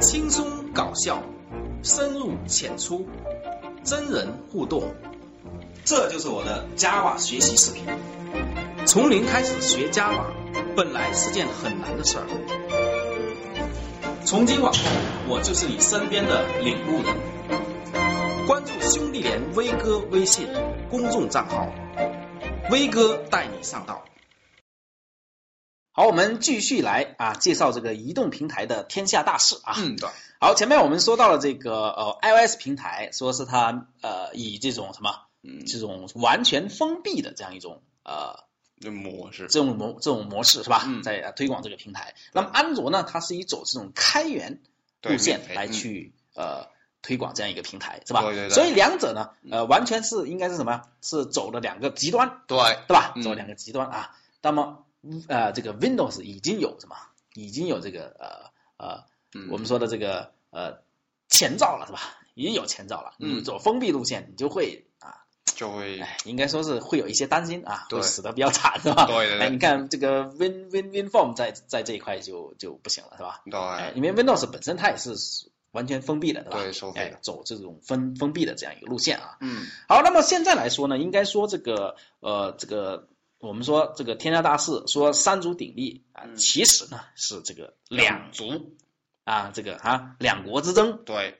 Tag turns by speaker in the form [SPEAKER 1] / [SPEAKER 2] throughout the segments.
[SPEAKER 1] 轻松搞笑，深入浅出，真人互动，这就是我的 Java 学习视频。从零开始学 Java，本来是件很难的事儿。从今往后，我就是你身边的领路人。关注兄弟连威哥微信公众账号，威哥带你上道。好，我们继续来啊，介绍这个移动平台的天下大事啊。
[SPEAKER 2] 嗯，对，
[SPEAKER 1] 好，前面我们说到了这个呃 iOS 平台，说是它呃以这种什么
[SPEAKER 2] 嗯，
[SPEAKER 1] 这种完全封闭的这样一种呃
[SPEAKER 2] 这模式，
[SPEAKER 1] 这种模这种模式是吧，
[SPEAKER 2] 嗯
[SPEAKER 1] 在呃推广这个平台。那么安卓呢，它是以走这种开源
[SPEAKER 2] 对
[SPEAKER 1] 路线
[SPEAKER 2] 免费
[SPEAKER 1] 来
[SPEAKER 2] 嗯
[SPEAKER 1] 去、呃推广这样一个平台是吧？
[SPEAKER 2] 对对对嗯
[SPEAKER 1] 所以两者呢，呃，完全是应该是什么？是走了两个极端，
[SPEAKER 2] 对，
[SPEAKER 1] 对吧？
[SPEAKER 2] 嗯
[SPEAKER 1] 走两个极端啊。那么呃，这个 Windows 已经有什么？已经有这个呃呃
[SPEAKER 2] 嗯
[SPEAKER 1] 我们说的这个呃前兆了是吧？已经有前兆了，
[SPEAKER 2] 嗯
[SPEAKER 1] 你走封闭路线，你就会啊，
[SPEAKER 2] 就会
[SPEAKER 1] 哎，应该说是会有一些担心啊，
[SPEAKER 2] 对
[SPEAKER 1] 会死的比较惨是吧？
[SPEAKER 2] 对对对
[SPEAKER 1] 哎，你看这个 Win Win WinForm 在在这一块就就不行了是吧？哎，
[SPEAKER 2] 对，
[SPEAKER 1] 因为 Windows 本身它也是完全封闭的，对吧？
[SPEAKER 2] 对收费的
[SPEAKER 1] 哎，走这种封封闭的这样一个路线啊。
[SPEAKER 2] 嗯，
[SPEAKER 1] 好，那么现在来说呢，应该说这个呃，这个我们说这个天下大事，说三足鼎立啊，
[SPEAKER 2] 嗯
[SPEAKER 1] 其实呢是这个两足啊，这个啊两国之争，
[SPEAKER 2] 对，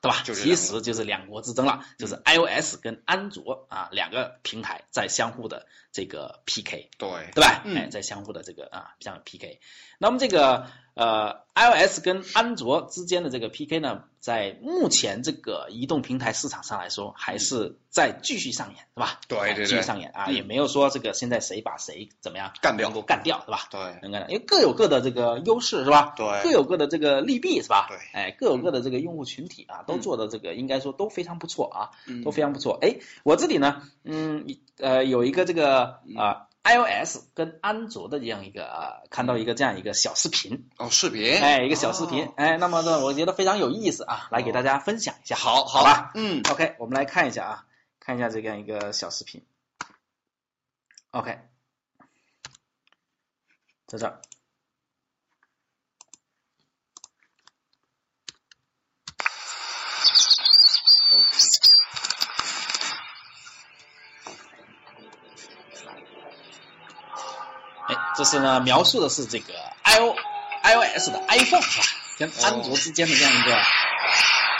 [SPEAKER 1] 对吧？
[SPEAKER 2] 就是
[SPEAKER 1] 其实就是两国之争了，就是 iOS 跟安卓啊两个平台在相互的这个 PK，
[SPEAKER 2] 对，
[SPEAKER 1] 对吧？
[SPEAKER 2] 嗯
[SPEAKER 1] 哎，在相互的这个啊这样 PK。那么这个呃 iOS 跟安卓之间的这个 PK 呢，在目前这个移动平台市场上来说，还是在继续上演，是吧？
[SPEAKER 2] 嗯对
[SPEAKER 1] 哎
[SPEAKER 2] 对对
[SPEAKER 1] 继续上演啊，
[SPEAKER 2] 嗯
[SPEAKER 1] 也没有说这个现在谁把谁怎么样
[SPEAKER 2] 干掉
[SPEAKER 1] 能够干掉，对吧？
[SPEAKER 2] 对，
[SPEAKER 1] 能干掉，因为各有各的这个优势是吧？
[SPEAKER 2] 对
[SPEAKER 1] 各有各的这个利弊是吧？
[SPEAKER 2] 对嗯
[SPEAKER 1] 哎，各有各的这个用户群体啊，都做的这个应该说都非常不错啊，
[SPEAKER 2] 嗯
[SPEAKER 1] 都非常不错。哎，我这里呢，嗯，呃，有一个这个
[SPEAKER 2] 嗯
[SPEAKER 1] 啊、iOS 跟安卓的这样一个啊、看到一个这样一个小视频，
[SPEAKER 2] 哦，视频，
[SPEAKER 1] 哎，一个小视频
[SPEAKER 2] 哦，，
[SPEAKER 1] 哎，那么呢，我觉得非常有意思啊，来给大家分享一下，
[SPEAKER 2] 好，
[SPEAKER 1] 好吧？
[SPEAKER 2] 嗯，
[SPEAKER 1] OK，我们来看一下啊，看一下这样一个小视频。OK，在这儿。哎，这是呢，描述的是这个 i o iOS 的 iPhone 是吧，
[SPEAKER 2] 哦
[SPEAKER 1] 跟安卓之间的这样一个呃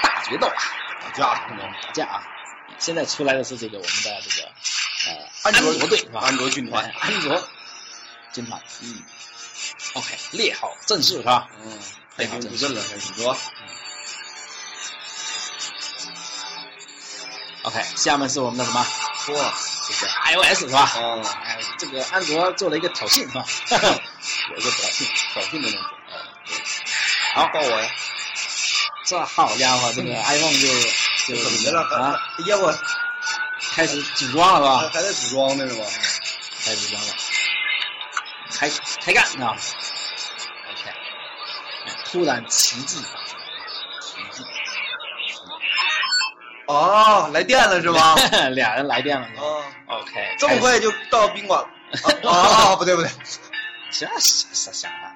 [SPEAKER 1] 大决斗啊。
[SPEAKER 2] 打架是吗？
[SPEAKER 1] 打架啊。现在出来的是这个我们的这个呃
[SPEAKER 2] 哦安
[SPEAKER 1] 卓
[SPEAKER 2] 卓
[SPEAKER 1] 队是吧？
[SPEAKER 2] 安卓军团
[SPEAKER 1] 哎，安卓军团
[SPEAKER 2] 嗯，
[SPEAKER 1] ，OK，列好阵势是吧？
[SPEAKER 2] 嗯，太平不振了，开始说，
[SPEAKER 1] ？OK，下面是我们的什么？
[SPEAKER 2] 哇，
[SPEAKER 1] 这个 iOS 是吧？
[SPEAKER 2] 哦，
[SPEAKER 1] 哎，这个安卓做了一个挑衅是吧？ 有一个挑衅，
[SPEAKER 2] 挑衅的那种，
[SPEAKER 1] 好，
[SPEAKER 2] 抱我呀，
[SPEAKER 1] 这好家伙，这个 iPhone 就就
[SPEAKER 2] 怎么的了？
[SPEAKER 1] 啊？
[SPEAKER 2] 哎呀，我
[SPEAKER 1] 开始组装了是
[SPEAKER 2] 还
[SPEAKER 1] 吧？
[SPEAKER 2] 啊还在组装呢是
[SPEAKER 1] 嗯
[SPEAKER 2] 吗？
[SPEAKER 1] 开始组装了，开开干是吧？OK，哎突然奇迹发生，奇迹。
[SPEAKER 2] 哦，来电了是吗？
[SPEAKER 1] 俩人来电了是吧
[SPEAKER 2] 哦，
[SPEAKER 1] OK，
[SPEAKER 2] 这么快就到宾馆了？啊，啊不对不对，
[SPEAKER 1] 这啥啥想法？啊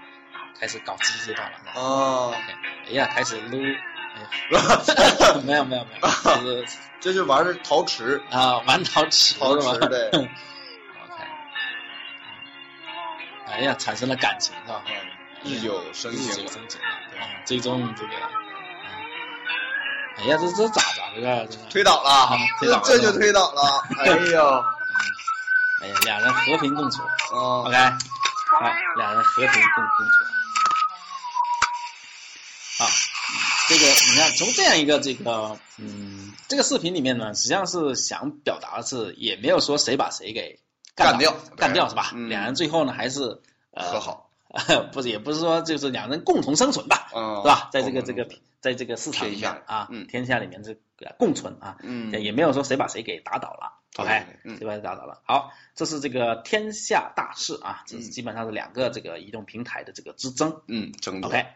[SPEAKER 1] 开始搞机械段了。是吧
[SPEAKER 2] 哦，
[SPEAKER 1] OK，哎呀，开始撸。哎呀没有没有没有，就是
[SPEAKER 2] 这是玩的陶瓷，
[SPEAKER 1] 啊，玩陶瓷
[SPEAKER 2] 陶瓷
[SPEAKER 1] 是吧
[SPEAKER 2] 对
[SPEAKER 1] OK，哎呀，产生了感情是吧？
[SPEAKER 2] 啊日久生
[SPEAKER 1] 日
[SPEAKER 2] 情
[SPEAKER 1] 久。生情啊，对啊最终这个，嗯哎呀，这这咋咋回事儿？这个
[SPEAKER 2] 推倒了
[SPEAKER 1] 嗯，推倒
[SPEAKER 2] 这这
[SPEAKER 1] 了
[SPEAKER 2] 就推倒 了，哎呦，
[SPEAKER 1] 嗯哎呀，两人和平共处。
[SPEAKER 2] 啊
[SPEAKER 1] OK，好，两人和平共共处。好，这个你看，从这样一个这个嗯，这个视频里面呢，实际上是想表达的是，也没有说谁把谁给掉，
[SPEAKER 2] 干掉
[SPEAKER 1] 干掉是吧？
[SPEAKER 2] 嗯
[SPEAKER 1] 两人最后呢，还是呃
[SPEAKER 2] 和，好，
[SPEAKER 1] 不是也不是说就是两人共同生存吧，
[SPEAKER 2] 嗯，
[SPEAKER 1] 是吧？在这个这个
[SPEAKER 2] 共同
[SPEAKER 1] 在这个市场里
[SPEAKER 2] 天
[SPEAKER 1] 面
[SPEAKER 2] 下
[SPEAKER 1] 啊，
[SPEAKER 2] 嗯
[SPEAKER 1] 天下里面这个共存啊，
[SPEAKER 2] 嗯，
[SPEAKER 1] 也没有说谁把谁给打倒了。
[SPEAKER 2] 对
[SPEAKER 1] OK，
[SPEAKER 2] 嗯
[SPEAKER 1] 谁把谁打倒了？好，这是这个天下大事啊，这是
[SPEAKER 2] 嗯
[SPEAKER 1] 基本上是两个这个移动平台的这个之争。
[SPEAKER 2] 嗯，争夺
[SPEAKER 1] OK，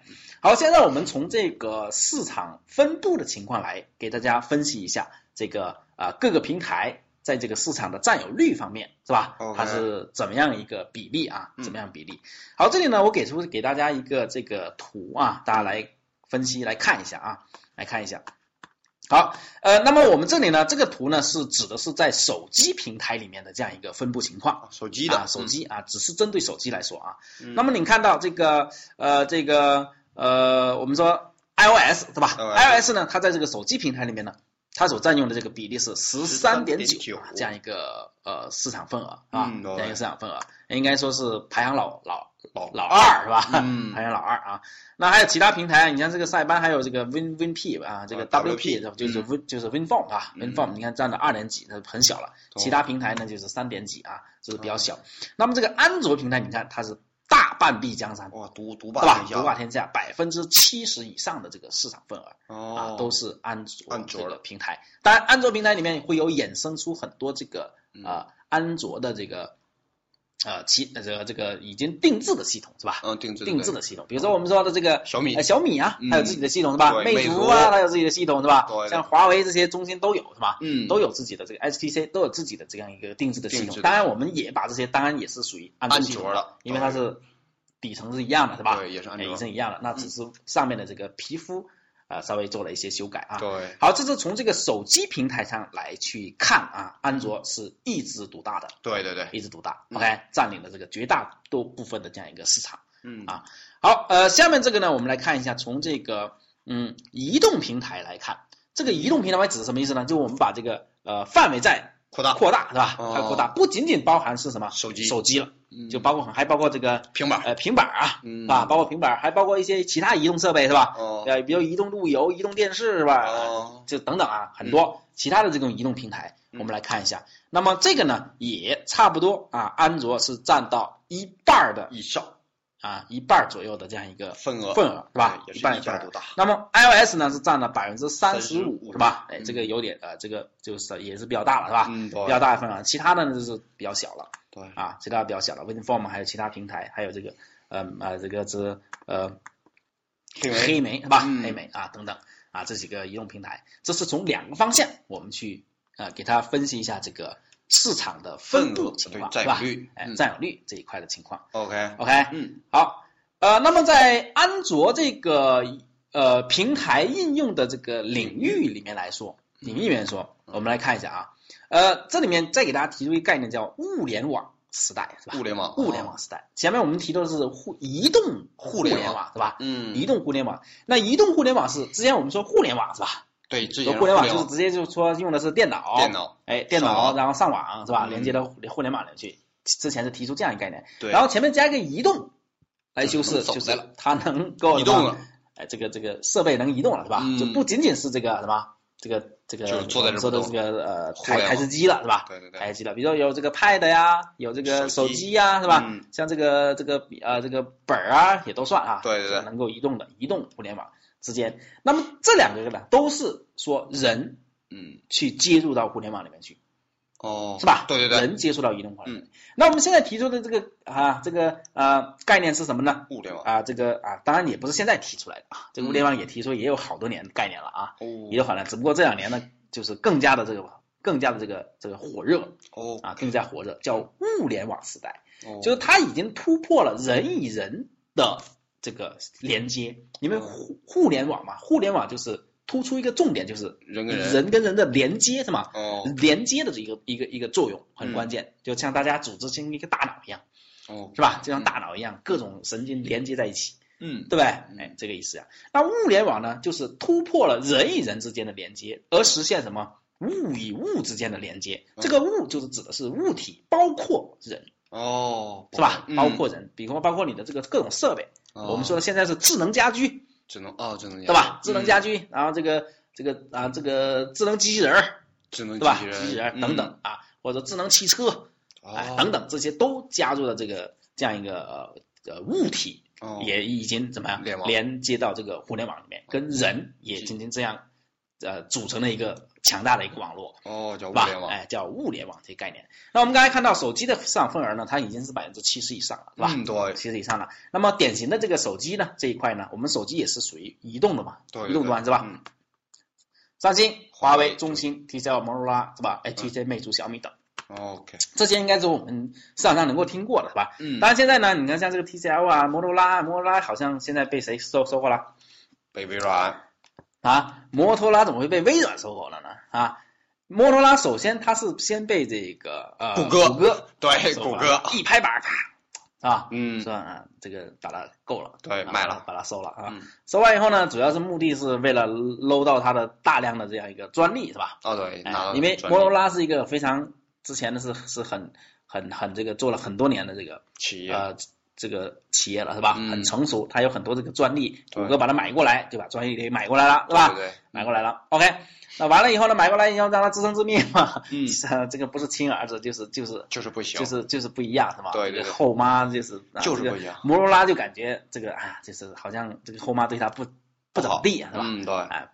[SPEAKER 1] 好，现在我们从这个市场分布的情况来给大家分析一下这个啊、呃各个平台在这个市场的占有率方面是吧
[SPEAKER 2] OK
[SPEAKER 1] 它是怎么样一个比例啊？
[SPEAKER 2] 嗯
[SPEAKER 1] 怎么样比例？好，这里呢我给出给大家一个这个图啊，大家来分析来看一下啊，来看一下。好，呃，那么我们这里呢，这个图呢是指的是在手机平台里面的这样一个分布情况。
[SPEAKER 2] 手机
[SPEAKER 1] 啊，
[SPEAKER 2] 的
[SPEAKER 1] 手，机啊，只是针对手机来说啊。
[SPEAKER 2] 嗯
[SPEAKER 1] 那么你看到这个呃，这个呃，我们说 iOS 对吧
[SPEAKER 2] iOS
[SPEAKER 1] ？iOS 呢，它在这个手机平台里面呢，它所占用的这个比例是十三点九啊
[SPEAKER 2] 13.9
[SPEAKER 1] 这样一个呃市场份额啊，
[SPEAKER 2] 嗯
[SPEAKER 1] 这样一个市场份额，应该说是排行老老
[SPEAKER 2] 老
[SPEAKER 1] 老二是吧？
[SPEAKER 2] 嗯
[SPEAKER 1] 排行老二啊。那还有其他平台，你像这个塞班，还有这个 Win WinP 啊，这个
[SPEAKER 2] 啊
[SPEAKER 1] WP
[SPEAKER 2] 嗯
[SPEAKER 1] 就是 Win 就是 WinFone 啊
[SPEAKER 2] 嗯
[SPEAKER 1] ，WinFone 你看占了二点几，那很小了。
[SPEAKER 2] 懂
[SPEAKER 1] 其他平台呢就是三点几啊，这是
[SPEAKER 2] 嗯
[SPEAKER 1] 比较小。那么这个安卓平台，你看它是大半壁江山，
[SPEAKER 2] 哇，独独霸
[SPEAKER 1] 对吧
[SPEAKER 2] 天？下，
[SPEAKER 1] 独霸天下，百分之七十以上的这个市场份额。啊
[SPEAKER 2] 哦，，
[SPEAKER 1] 都是安卓
[SPEAKER 2] 安卓
[SPEAKER 1] 这个
[SPEAKER 2] 的
[SPEAKER 1] 平台。当然，安卓平台里面会有衍生出很多这个
[SPEAKER 2] 嗯
[SPEAKER 1] 呃安卓的这个呃其呃这个这个已经定制的系统是吧？
[SPEAKER 2] 嗯，定制
[SPEAKER 1] 定制
[SPEAKER 2] 的
[SPEAKER 1] 的系统，比如说我们说的这个。
[SPEAKER 2] 小米
[SPEAKER 1] 呃，小米啊，
[SPEAKER 2] 嗯
[SPEAKER 1] 它有自己的系统是吧？
[SPEAKER 2] 对
[SPEAKER 1] 魅
[SPEAKER 2] 魅
[SPEAKER 1] 族
[SPEAKER 2] 族
[SPEAKER 1] 啊，它有自己的系统是吧
[SPEAKER 2] 对？的
[SPEAKER 1] 像华为这些，中兴都有是吧？
[SPEAKER 2] 嗯
[SPEAKER 1] 都有自己的这个 HTC 都有自己的这样一个定制的系
[SPEAKER 2] 定
[SPEAKER 1] 统
[SPEAKER 2] 制。的
[SPEAKER 1] 当然，我们也把这些当然也是属于安
[SPEAKER 2] 安
[SPEAKER 1] 系统
[SPEAKER 2] 卓了
[SPEAKER 1] 因为它是底层是一样的是吧？
[SPEAKER 2] 对，也是安
[SPEAKER 1] 哎，
[SPEAKER 2] 卓嗯
[SPEAKER 1] 已，经一样了，那只是上面的这个皮肤啊、呃稍微做了一些修改啊。
[SPEAKER 2] 对，
[SPEAKER 1] 好，这是从这个手机平台上来去看啊，安卓是一枝独大的，
[SPEAKER 2] 对对对，
[SPEAKER 1] 一枝独大、
[SPEAKER 2] 嗯
[SPEAKER 1] o k 占领了这个绝大多部分的这样一个市场。
[SPEAKER 2] 嗯
[SPEAKER 1] 啊好，呃，下面这个呢，我们来看一下从这个嗯移动平台来看，这个移动平台指什么意思呢？就我们把这个呃范围再
[SPEAKER 2] 扩大
[SPEAKER 1] 扩大是吧？
[SPEAKER 2] 哦
[SPEAKER 1] 它扩大不仅仅包含是什么
[SPEAKER 2] 手机
[SPEAKER 1] 手机了，
[SPEAKER 2] 嗯
[SPEAKER 1] 就包括还包括这个
[SPEAKER 2] 平板，
[SPEAKER 1] 呃平板儿啊，
[SPEAKER 2] 嗯
[SPEAKER 1] 啊，包括平板儿，还包括一些其他移动设备是吧？
[SPEAKER 2] 哦
[SPEAKER 1] 呃，比如移动路由、移动电视是吧？
[SPEAKER 2] 哦，
[SPEAKER 1] 就等等啊，很多其他的这种移动平台，
[SPEAKER 2] 嗯
[SPEAKER 1] 我们来看一下。那么这个呢，也差不多啊，安卓是占到一半儿的
[SPEAKER 2] 以上
[SPEAKER 1] 啊，一半儿左右的这样一个
[SPEAKER 2] 份额
[SPEAKER 1] 份额啊是吧？
[SPEAKER 2] 对也
[SPEAKER 1] 一
[SPEAKER 2] 是
[SPEAKER 1] 半儿
[SPEAKER 2] 一
[SPEAKER 1] 一半
[SPEAKER 2] 家
[SPEAKER 1] 儿
[SPEAKER 2] 独。大，
[SPEAKER 1] 那么 iOS 呢是占了百分之三十五
[SPEAKER 2] 35%
[SPEAKER 1] 是吧？哎，
[SPEAKER 2] 嗯
[SPEAKER 1] 这个有点呃，这个就是也是比较大了是吧？
[SPEAKER 2] 嗯，
[SPEAKER 1] 比
[SPEAKER 2] 对
[SPEAKER 1] 较大的份额，其他的呢就是比较小了。
[SPEAKER 2] 对，
[SPEAKER 1] 啊，其他比较小的 WinForm 还有其他平台，还有这个嗯啊这个是呃
[SPEAKER 2] 黑莓
[SPEAKER 1] 黑莓是吧？
[SPEAKER 2] 嗯
[SPEAKER 1] 黑莓啊等等啊这几个移动平台，这是从两个方向我们去呃给它分析一下这个市场的分
[SPEAKER 2] 份
[SPEAKER 1] 布
[SPEAKER 2] 额
[SPEAKER 1] 情
[SPEAKER 2] 对
[SPEAKER 1] 况
[SPEAKER 2] 占
[SPEAKER 1] 是吧
[SPEAKER 2] 有？率，
[SPEAKER 1] 哎，
[SPEAKER 2] 嗯
[SPEAKER 1] 占有率这一块的情况。
[SPEAKER 2] ，OK，
[SPEAKER 1] OK，
[SPEAKER 2] 嗯，
[SPEAKER 1] 好，呃，那么在安卓这个呃平台应用的这个领域里面来说，领域里面说，我们来看一下啊，呃，这里面再给大家提出一个概念叫物联网时代，是吧？
[SPEAKER 2] 物联网，
[SPEAKER 1] 物联，网时代。前面我们提到的是互移动互联
[SPEAKER 2] 互联
[SPEAKER 1] 网，是吧？移
[SPEAKER 2] 嗯，
[SPEAKER 1] 动互联网，那移动互联网是之前我们说互联网是吧？
[SPEAKER 2] 对，之
[SPEAKER 1] 说
[SPEAKER 2] 前
[SPEAKER 1] 互联
[SPEAKER 2] 网
[SPEAKER 1] 网就是直接就说用的是电脑，
[SPEAKER 2] 电，脑，
[SPEAKER 1] 哎，电
[SPEAKER 2] 上
[SPEAKER 1] 脑
[SPEAKER 2] 网
[SPEAKER 1] 然后上网是吧？
[SPEAKER 2] 嗯
[SPEAKER 1] 连接到互互联网里去。之前是提出这样一个概念，
[SPEAKER 2] 对，
[SPEAKER 1] 然后前面加一个移动来修饰，
[SPEAKER 2] 嗯走
[SPEAKER 1] 就
[SPEAKER 2] 开
[SPEAKER 1] 是
[SPEAKER 2] 了
[SPEAKER 1] 它能够
[SPEAKER 2] 移动
[SPEAKER 1] 什么
[SPEAKER 2] 了，
[SPEAKER 1] 哎，这个这个设备能移动了，是吧？
[SPEAKER 2] 嗯
[SPEAKER 1] 就不仅仅是这个什么，这个这个
[SPEAKER 2] 就是坐在这
[SPEAKER 1] 说
[SPEAKER 2] 不
[SPEAKER 1] 的
[SPEAKER 2] 动
[SPEAKER 1] 这个呃
[SPEAKER 2] 互
[SPEAKER 1] 台
[SPEAKER 2] 联网
[SPEAKER 1] 台式机了，是吧？
[SPEAKER 2] 对对
[SPEAKER 1] 台
[SPEAKER 2] 对，
[SPEAKER 1] 式机了，比如说有这个 Pad 呀，有这个手
[SPEAKER 2] 手机
[SPEAKER 1] 机呀，是吧？
[SPEAKER 2] 嗯
[SPEAKER 1] 像这个这个呃这个本儿啊，也都算啊，
[SPEAKER 2] 对对对
[SPEAKER 1] 是能够移动的移动互联网之间。那么这两个呢，都是说人
[SPEAKER 2] 嗯，
[SPEAKER 1] 去接入到互联网里面去，
[SPEAKER 2] 哦，
[SPEAKER 1] 是吧？
[SPEAKER 2] 对对嗯对，
[SPEAKER 1] 人接触到移动互联网。那我们现在提出的这个啊这个呃概念是什么呢？
[SPEAKER 2] 物联网，
[SPEAKER 1] 啊，这个啊，当然也不是现在提出来的啊，这个物联网也提出也有好多年的概念了啊，也有
[SPEAKER 2] 哦，
[SPEAKER 1] 好多年，只不过这两年呢，就是更加的这个更加的这个这个火热
[SPEAKER 2] 哦，
[SPEAKER 1] 啊，更加火热，叫物联网时代，
[SPEAKER 2] 哦
[SPEAKER 1] 就是它已经突破了人与人的这个连接，因
[SPEAKER 2] 哦
[SPEAKER 1] 为互互联网嘛，互联网就是突出一个重点，就是
[SPEAKER 2] 人跟人，
[SPEAKER 1] 人跟人的连接是吗？
[SPEAKER 2] 哦
[SPEAKER 1] 连接的一个一个一个作用很
[SPEAKER 2] 嗯
[SPEAKER 1] 关键，就像大家组织成一个大脑一样，
[SPEAKER 2] 哦，
[SPEAKER 1] 是吧？就像大脑一样，各种神经连接在一起，
[SPEAKER 2] 嗯，
[SPEAKER 1] 对不对？哎，这个意思啊。那物联网呢，就是突破了人与人之间的连接，而实现什么物与物之间的连接。
[SPEAKER 2] 嗯
[SPEAKER 1] 这个物就是指的是物体，包括人，
[SPEAKER 2] 哦，
[SPEAKER 1] 是吧？
[SPEAKER 2] 嗯哦
[SPEAKER 1] 包括人，比方包括你的这个各种设备。我们说的现在是智能家居，
[SPEAKER 2] 智能哦，智能
[SPEAKER 1] 对
[SPEAKER 2] 家
[SPEAKER 1] 吧？智能家
[SPEAKER 2] 居，
[SPEAKER 1] 居，然后这个这个啊，这个智能机器人儿，
[SPEAKER 2] 嗯智能
[SPEAKER 1] 对吧？
[SPEAKER 2] 机
[SPEAKER 1] 机器
[SPEAKER 2] 器
[SPEAKER 1] 人儿
[SPEAKER 2] 人
[SPEAKER 1] 等，等啊，或者智能汽车，
[SPEAKER 2] 嗯
[SPEAKER 1] 哎
[SPEAKER 2] 哦，
[SPEAKER 1] 等等，这些都加入了这个这样一个呃呃物体
[SPEAKER 2] 哦
[SPEAKER 1] 也已经怎么样
[SPEAKER 2] 联网哦
[SPEAKER 1] 连接到这个互联网里面，跟人也仅仅这样，呃，组成了一个强大的一个网络，
[SPEAKER 2] 哦，叫
[SPEAKER 1] 是
[SPEAKER 2] 物
[SPEAKER 1] 吧
[SPEAKER 2] 联？网，
[SPEAKER 1] 哎，叫物联网这个概念。那我们刚才看到手机的市场份额呢，它已经是百分之七十以上了，是吧？
[SPEAKER 2] 嗯，对
[SPEAKER 1] 七十以上了。那么典型的这个手机呢这一块呢，我们手机也是属于移动的嘛，
[SPEAKER 2] 对，
[SPEAKER 1] 移动端是吧？
[SPEAKER 2] 嗯
[SPEAKER 1] 三星、华为、
[SPEAKER 2] 对
[SPEAKER 1] 中兴、TCL、摩托罗拉
[SPEAKER 2] 嗯
[SPEAKER 1] 是吧？HTC、魅哎族、小米等，
[SPEAKER 2] ，OK，
[SPEAKER 1] 这些应该是我们市场上能够听过的是吧？
[SPEAKER 2] 嗯
[SPEAKER 1] 当，然现在呢，你看像这个 TCL 啊、摩托罗拉啊、摩托罗拉好像现在被谁收收购了？
[SPEAKER 2] 被微软
[SPEAKER 1] 啊，摩托拉怎么会被微软收购了呢？啊，摩托拉首先它是先被这个 呃
[SPEAKER 2] 谷歌
[SPEAKER 1] 谷歌
[SPEAKER 2] 对
[SPEAKER 1] 收
[SPEAKER 2] 谷
[SPEAKER 1] 购了
[SPEAKER 2] 歌，
[SPEAKER 1] 一拍板，咔啊，
[SPEAKER 2] 嗯，
[SPEAKER 1] 算啊，这个把它够了，
[SPEAKER 2] 对
[SPEAKER 1] 啊
[SPEAKER 2] 卖了，
[SPEAKER 1] 把它收了啊
[SPEAKER 2] 嗯。
[SPEAKER 1] 收完以后呢，主要是目的是为了搂到它的大量的这样一个专利，是吧？
[SPEAKER 2] 哦对，拿
[SPEAKER 1] 哎
[SPEAKER 2] 了，
[SPEAKER 1] 因为
[SPEAKER 2] 专利
[SPEAKER 1] 摩托拉是一个非常之前的是是很很很这个做了很多年的这个
[SPEAKER 2] 企业，
[SPEAKER 1] 呃这个企业了是吧？
[SPEAKER 2] 嗯
[SPEAKER 1] 很成熟，它有很多这个专利，
[SPEAKER 2] 对
[SPEAKER 1] 谷歌把它买过来，就把专利给买过来了，是吧？哎
[SPEAKER 2] 对对
[SPEAKER 1] 买过来了，OK，那完了以后呢，买过来以后让它自生自灭嘛， 呃
[SPEAKER 2] 对，嗯，
[SPEAKER 1] 这个不是亲儿子就是就是
[SPEAKER 2] 就是不行
[SPEAKER 1] 就，是就是不一样是吧？
[SPEAKER 2] 对对
[SPEAKER 1] 这个
[SPEAKER 2] 对
[SPEAKER 1] 后妈就是啊
[SPEAKER 2] 就是
[SPEAKER 1] 这
[SPEAKER 2] 不
[SPEAKER 1] 个
[SPEAKER 2] 一样，
[SPEAKER 1] 摩托拉就感觉这个啊，就是好像这个后妈对他不不怎么地是吧？
[SPEAKER 2] 嗯对，
[SPEAKER 1] 哎，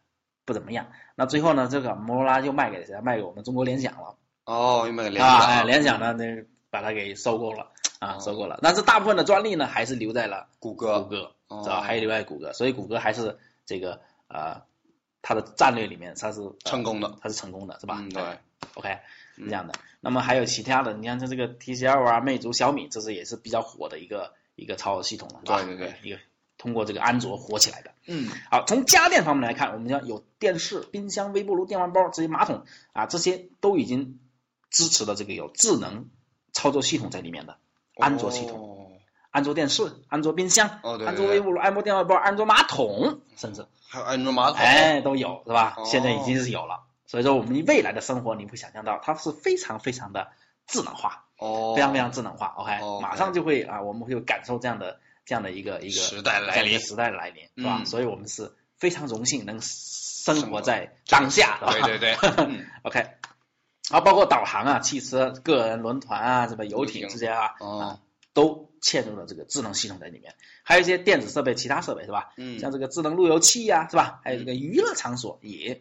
[SPEAKER 1] 不怎么样。那最后呢，这个摩托拉就卖给谁啊？卖给我们中国联想了
[SPEAKER 2] 哦，又卖给联
[SPEAKER 1] 啊！哎，
[SPEAKER 2] 想，
[SPEAKER 1] 联想呢，那个把它给收购了啊，
[SPEAKER 2] 哦
[SPEAKER 1] 收购了。但是大部分的专利呢，还是留在了
[SPEAKER 2] 谷
[SPEAKER 1] 谷
[SPEAKER 2] 歌，
[SPEAKER 1] 歌，
[SPEAKER 2] 哦
[SPEAKER 1] 知道吧还是留在谷歌，所以谷歌还是这个呃，它的战略里面它是呃
[SPEAKER 2] 成功的，
[SPEAKER 1] 它是成功的，是吧？
[SPEAKER 2] 嗯对，
[SPEAKER 1] OK，是
[SPEAKER 2] 嗯
[SPEAKER 1] 这样的。那么还有其他的，你看它这个 TCL 啊、魅族、小米，这是也是比较火的一个一个操作系统了，是吧？
[SPEAKER 2] 对对对，
[SPEAKER 1] 一个通过这个安卓火起来的。
[SPEAKER 2] 嗯，
[SPEAKER 1] 好，从家电方面来看，我们讲有电视、冰箱、微波炉、电饭煲这些马桶啊，这些都已经支持了这个有智能操作系统在里面的安卓系统、
[SPEAKER 2] 统，
[SPEAKER 1] 安卓电视、安卓冰箱、
[SPEAKER 2] 哦对对
[SPEAKER 1] 安卓
[SPEAKER 2] 对
[SPEAKER 1] 微波炉、安卓电饭煲、安卓马桶，甚至
[SPEAKER 2] 还有安卓马桶，
[SPEAKER 1] 哎，都有是吧？
[SPEAKER 2] 哦
[SPEAKER 1] 现在已经是有了，所以说我们未来的生活，你会想象到它是非常非常的智能化，
[SPEAKER 2] 哦，
[SPEAKER 1] 非常非常智能化。OK，、
[SPEAKER 2] OK
[SPEAKER 1] 马上就会啊，我们会有感受这样的这样的一个一个
[SPEAKER 2] 时代来
[SPEAKER 1] 这样一
[SPEAKER 2] 临
[SPEAKER 1] 个，时代的来临，是吧？
[SPEAKER 2] 嗯
[SPEAKER 1] 所以我们是非常荣幸能生
[SPEAKER 2] 生
[SPEAKER 1] 活
[SPEAKER 2] 活
[SPEAKER 1] 在当下，
[SPEAKER 2] 对
[SPEAKER 1] 是吧
[SPEAKER 2] 对对，嗯
[SPEAKER 1] ？OK，啊，包括导航啊、汽车、个人轮船啊、什么游艇
[SPEAKER 2] 游艇
[SPEAKER 1] 这些啊，
[SPEAKER 2] 哦，
[SPEAKER 1] 都嵌入了这个智能系统在里面，还有一些电子设备、其他设备，是吧？
[SPEAKER 2] 嗯，
[SPEAKER 1] 像这个智能路由器呀、是吧？还有这个娱乐场所也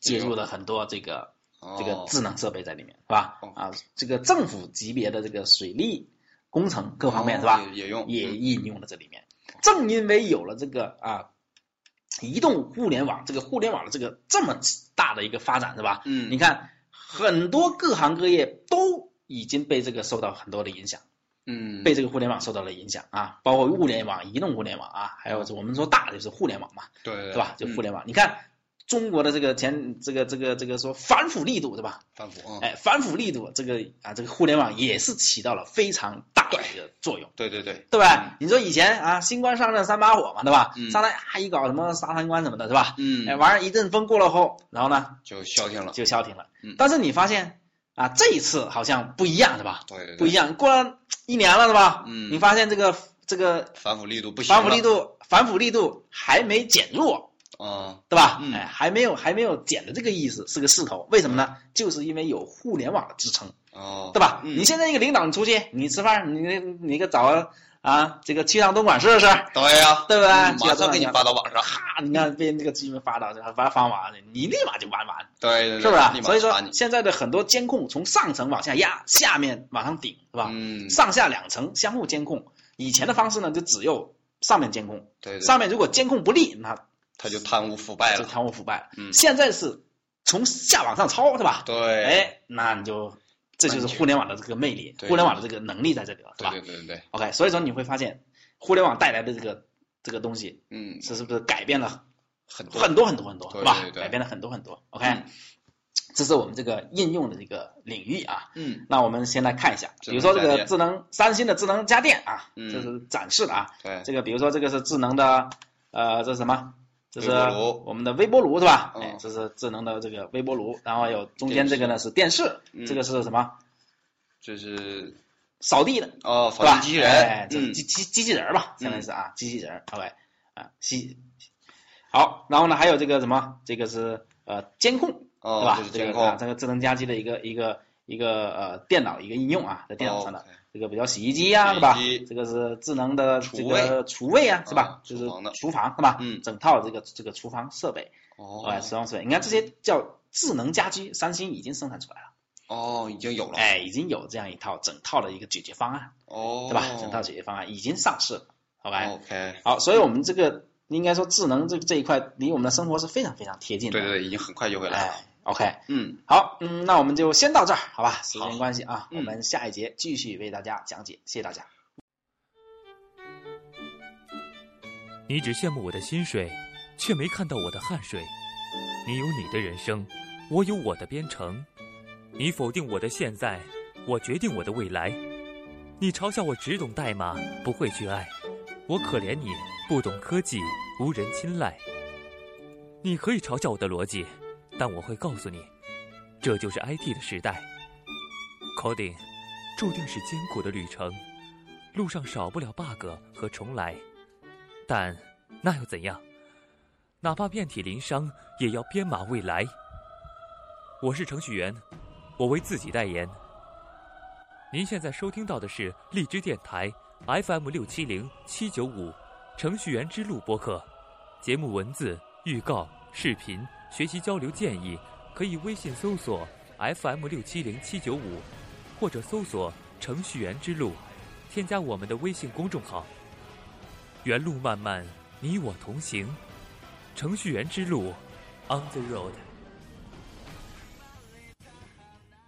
[SPEAKER 1] 接嗯入了很多这个这个
[SPEAKER 2] 哦
[SPEAKER 1] 智能设备在里面，是吧
[SPEAKER 2] 哦？
[SPEAKER 1] 啊，这个政府级别的这个水利工程各方面，
[SPEAKER 2] 哦
[SPEAKER 1] 是吧？
[SPEAKER 2] 也也用
[SPEAKER 1] 也
[SPEAKER 2] 嗯
[SPEAKER 1] 应用了这里面。正因为有了这个啊，移动互联网这个互联网的这个这么大的一个发展，是吧？
[SPEAKER 2] 嗯，
[SPEAKER 1] 你看，很多各行各业都已经被这个受到很多的影响。
[SPEAKER 2] 嗯，
[SPEAKER 1] 被这个互联网受到了影响啊，包括物联网、移动互联网啊，还有我们说大的就是互联网嘛，
[SPEAKER 2] 对嗯对嗯
[SPEAKER 1] 对吧？就互联网，你看中国的这个前这个这个这个说反腐力度，对吧？
[SPEAKER 2] 反复啊，嗯
[SPEAKER 1] 哎，反腐力度这个啊，这个互联网也是起到了非常大的一个作用。
[SPEAKER 2] 对对对，
[SPEAKER 1] 对吧？你说以前啊，新官上任三把火嘛，对吧？
[SPEAKER 2] 嗯
[SPEAKER 1] 上来啊一搞什么杀贪官什么的，对吧？
[SPEAKER 2] 嗯
[SPEAKER 1] 哎，，完了一阵风过了后，然后呢
[SPEAKER 2] 就消停了，
[SPEAKER 1] 就消停了
[SPEAKER 2] 嗯。
[SPEAKER 1] 但是你发现啊，这一次好像不一样，对吧？
[SPEAKER 2] 对对
[SPEAKER 1] 不一
[SPEAKER 2] 对，
[SPEAKER 1] 样。过了一年了是吧？
[SPEAKER 2] 嗯
[SPEAKER 1] 你发现这个这个
[SPEAKER 2] 反腐力度不行了，
[SPEAKER 1] 反腐力度反腐力度还没减弱，
[SPEAKER 2] 啊，
[SPEAKER 1] 对吧？
[SPEAKER 2] 嗯
[SPEAKER 1] 哎，还没有还没有减的这个意思，是个势头。为什么呢？就是因为有互联网的支撑，
[SPEAKER 2] 哦，
[SPEAKER 1] 对吧？
[SPEAKER 2] 嗯
[SPEAKER 1] 你现在一个领导，你出去你吃饭，你你你个找个啊，这个去趟东莞试试，
[SPEAKER 2] 对呀，
[SPEAKER 1] 对不对？
[SPEAKER 2] 嗯
[SPEAKER 1] 去趟
[SPEAKER 2] 马上
[SPEAKER 1] 东莞啊
[SPEAKER 2] 给你发到网上，
[SPEAKER 1] 啪，你看被这个居民发到这发发完了，你立马就完完，
[SPEAKER 2] 对对对，
[SPEAKER 1] 是不是啊？
[SPEAKER 2] 立马
[SPEAKER 1] 所以说
[SPEAKER 2] 查你
[SPEAKER 1] 现在的很多监控从上层往下压，下面往上顶，是吧？
[SPEAKER 2] 嗯，
[SPEAKER 1] 上下两层相互监控。以前的方式呢，就只有上面监控，
[SPEAKER 2] 对对，
[SPEAKER 1] 上面如果监控不力，那
[SPEAKER 2] 他就贪污腐败
[SPEAKER 1] 就
[SPEAKER 2] 了，
[SPEAKER 1] 贪污腐败了。
[SPEAKER 2] 嗯
[SPEAKER 1] 现在是从下往上抄，是吧？
[SPEAKER 2] 对，
[SPEAKER 1] 哎，那你就这就是互联网的这个魅力，
[SPEAKER 2] 对
[SPEAKER 1] 互联网的这个能力在这里了，
[SPEAKER 2] 对
[SPEAKER 1] 是吧
[SPEAKER 2] 对对对对，
[SPEAKER 1] ？OK，所以说你会发现，互联网带来的这个这个东西，
[SPEAKER 2] 嗯，
[SPEAKER 1] 是是不是改变了
[SPEAKER 2] 很多
[SPEAKER 1] 很多很多很多，
[SPEAKER 2] 对
[SPEAKER 1] 是吧
[SPEAKER 2] 对？对
[SPEAKER 1] 改变了很多很多。OK，
[SPEAKER 2] 嗯
[SPEAKER 1] 这是我们这个应用的这个领域啊。
[SPEAKER 2] 嗯，
[SPEAKER 1] 那我们先来看一下，
[SPEAKER 2] 智能
[SPEAKER 1] 比如说这
[SPEAKER 2] 家
[SPEAKER 1] 个
[SPEAKER 2] 电
[SPEAKER 1] 智能三星的智能家电啊，
[SPEAKER 2] 嗯
[SPEAKER 1] 这是展示的啊。
[SPEAKER 2] 对，
[SPEAKER 1] 这个比如说这个是智能的，呃，这是什么？这是
[SPEAKER 2] 微波炉
[SPEAKER 1] 我们的微波炉是吧？
[SPEAKER 2] 嗯
[SPEAKER 1] 哎，这是智能的这个微波炉，然后有中间这个呢是电视，
[SPEAKER 2] 嗯
[SPEAKER 1] 这个是什么？
[SPEAKER 2] 就是
[SPEAKER 1] 扫地的，
[SPEAKER 2] 哦，
[SPEAKER 1] 是
[SPEAKER 2] 扫地
[SPEAKER 1] 吧？
[SPEAKER 2] 机器人
[SPEAKER 1] 哎，，这是
[SPEAKER 2] 嗯，
[SPEAKER 1] 机机机器人儿吧，
[SPEAKER 2] 嗯
[SPEAKER 1] 相当于是啊，机器人儿，OK，啊，机。好，然后呢还有这个什么？这个是呃监控，对
[SPEAKER 2] 哦，
[SPEAKER 1] 吧
[SPEAKER 2] 这是？
[SPEAKER 1] 这
[SPEAKER 2] 监
[SPEAKER 1] 个啊
[SPEAKER 2] 控，
[SPEAKER 1] 这个智能家居的一个一个一个呃电脑一个应用啊，在电脑上的。
[SPEAKER 2] 哦，OK
[SPEAKER 1] 这个比较洗衣机呀、
[SPEAKER 2] 洗衣
[SPEAKER 1] 是吧
[SPEAKER 2] 机？
[SPEAKER 1] 这个是智能的
[SPEAKER 2] 厨
[SPEAKER 1] 这个厨卫啊，是
[SPEAKER 2] 啊？
[SPEAKER 1] 吧就是
[SPEAKER 2] 厨房的
[SPEAKER 1] 厨房是吧？
[SPEAKER 2] 嗯
[SPEAKER 1] 整套这个这个厨房设备，哎，厨
[SPEAKER 2] 哦
[SPEAKER 1] 房设备，你看这些叫智能家居，三星已经生产出来了，
[SPEAKER 2] 哦，已经有了，
[SPEAKER 1] 哎，已经有这样一套整套的一个解决方案，
[SPEAKER 2] 哦，
[SPEAKER 1] 对吧？整套解决方案已经上市了，好吧？
[SPEAKER 2] ？OK，
[SPEAKER 1] 好，所以我们这个应该说智能这这一块离我们的生活是非常非常贴近
[SPEAKER 2] 对
[SPEAKER 1] 的，
[SPEAKER 2] 对对，已经很快就会来，
[SPEAKER 1] 哎，OK。
[SPEAKER 2] 嗯，
[SPEAKER 1] 好，嗯，那我们就先到这儿，好吧？时间
[SPEAKER 2] 好
[SPEAKER 1] 关系啊，
[SPEAKER 2] 嗯
[SPEAKER 1] 我们下一节继续为大家讲解，谢谢大家。
[SPEAKER 3] 你只羡慕我的薪水，却没看到我的汗水。你有你的人生，我有我的编程。你否定我的现在，我决定我的未来。你嘲笑我只懂代码，不会去爱。我可怜你不懂科技，无人青睐。你可以嘲笑我的逻辑，但我会告诉你，这就是 IT 的时代。Coding 注定是艰苦的旅程，路上少不了 bug 和重来，但那又怎样？哪怕遍体鳞伤，也要编码未来。我是程序员，我为自己代言。您现在收听到的是荔枝电台 FM 六七零七九五《程序员之路》播客，节目文字、预告、视频、学习交流建议，可以微信搜索 FM 六七零七九五，或者搜索“程序员之路”，添加我们的微信公众号。原路漫漫，你我同行。程序员之路，On the Road。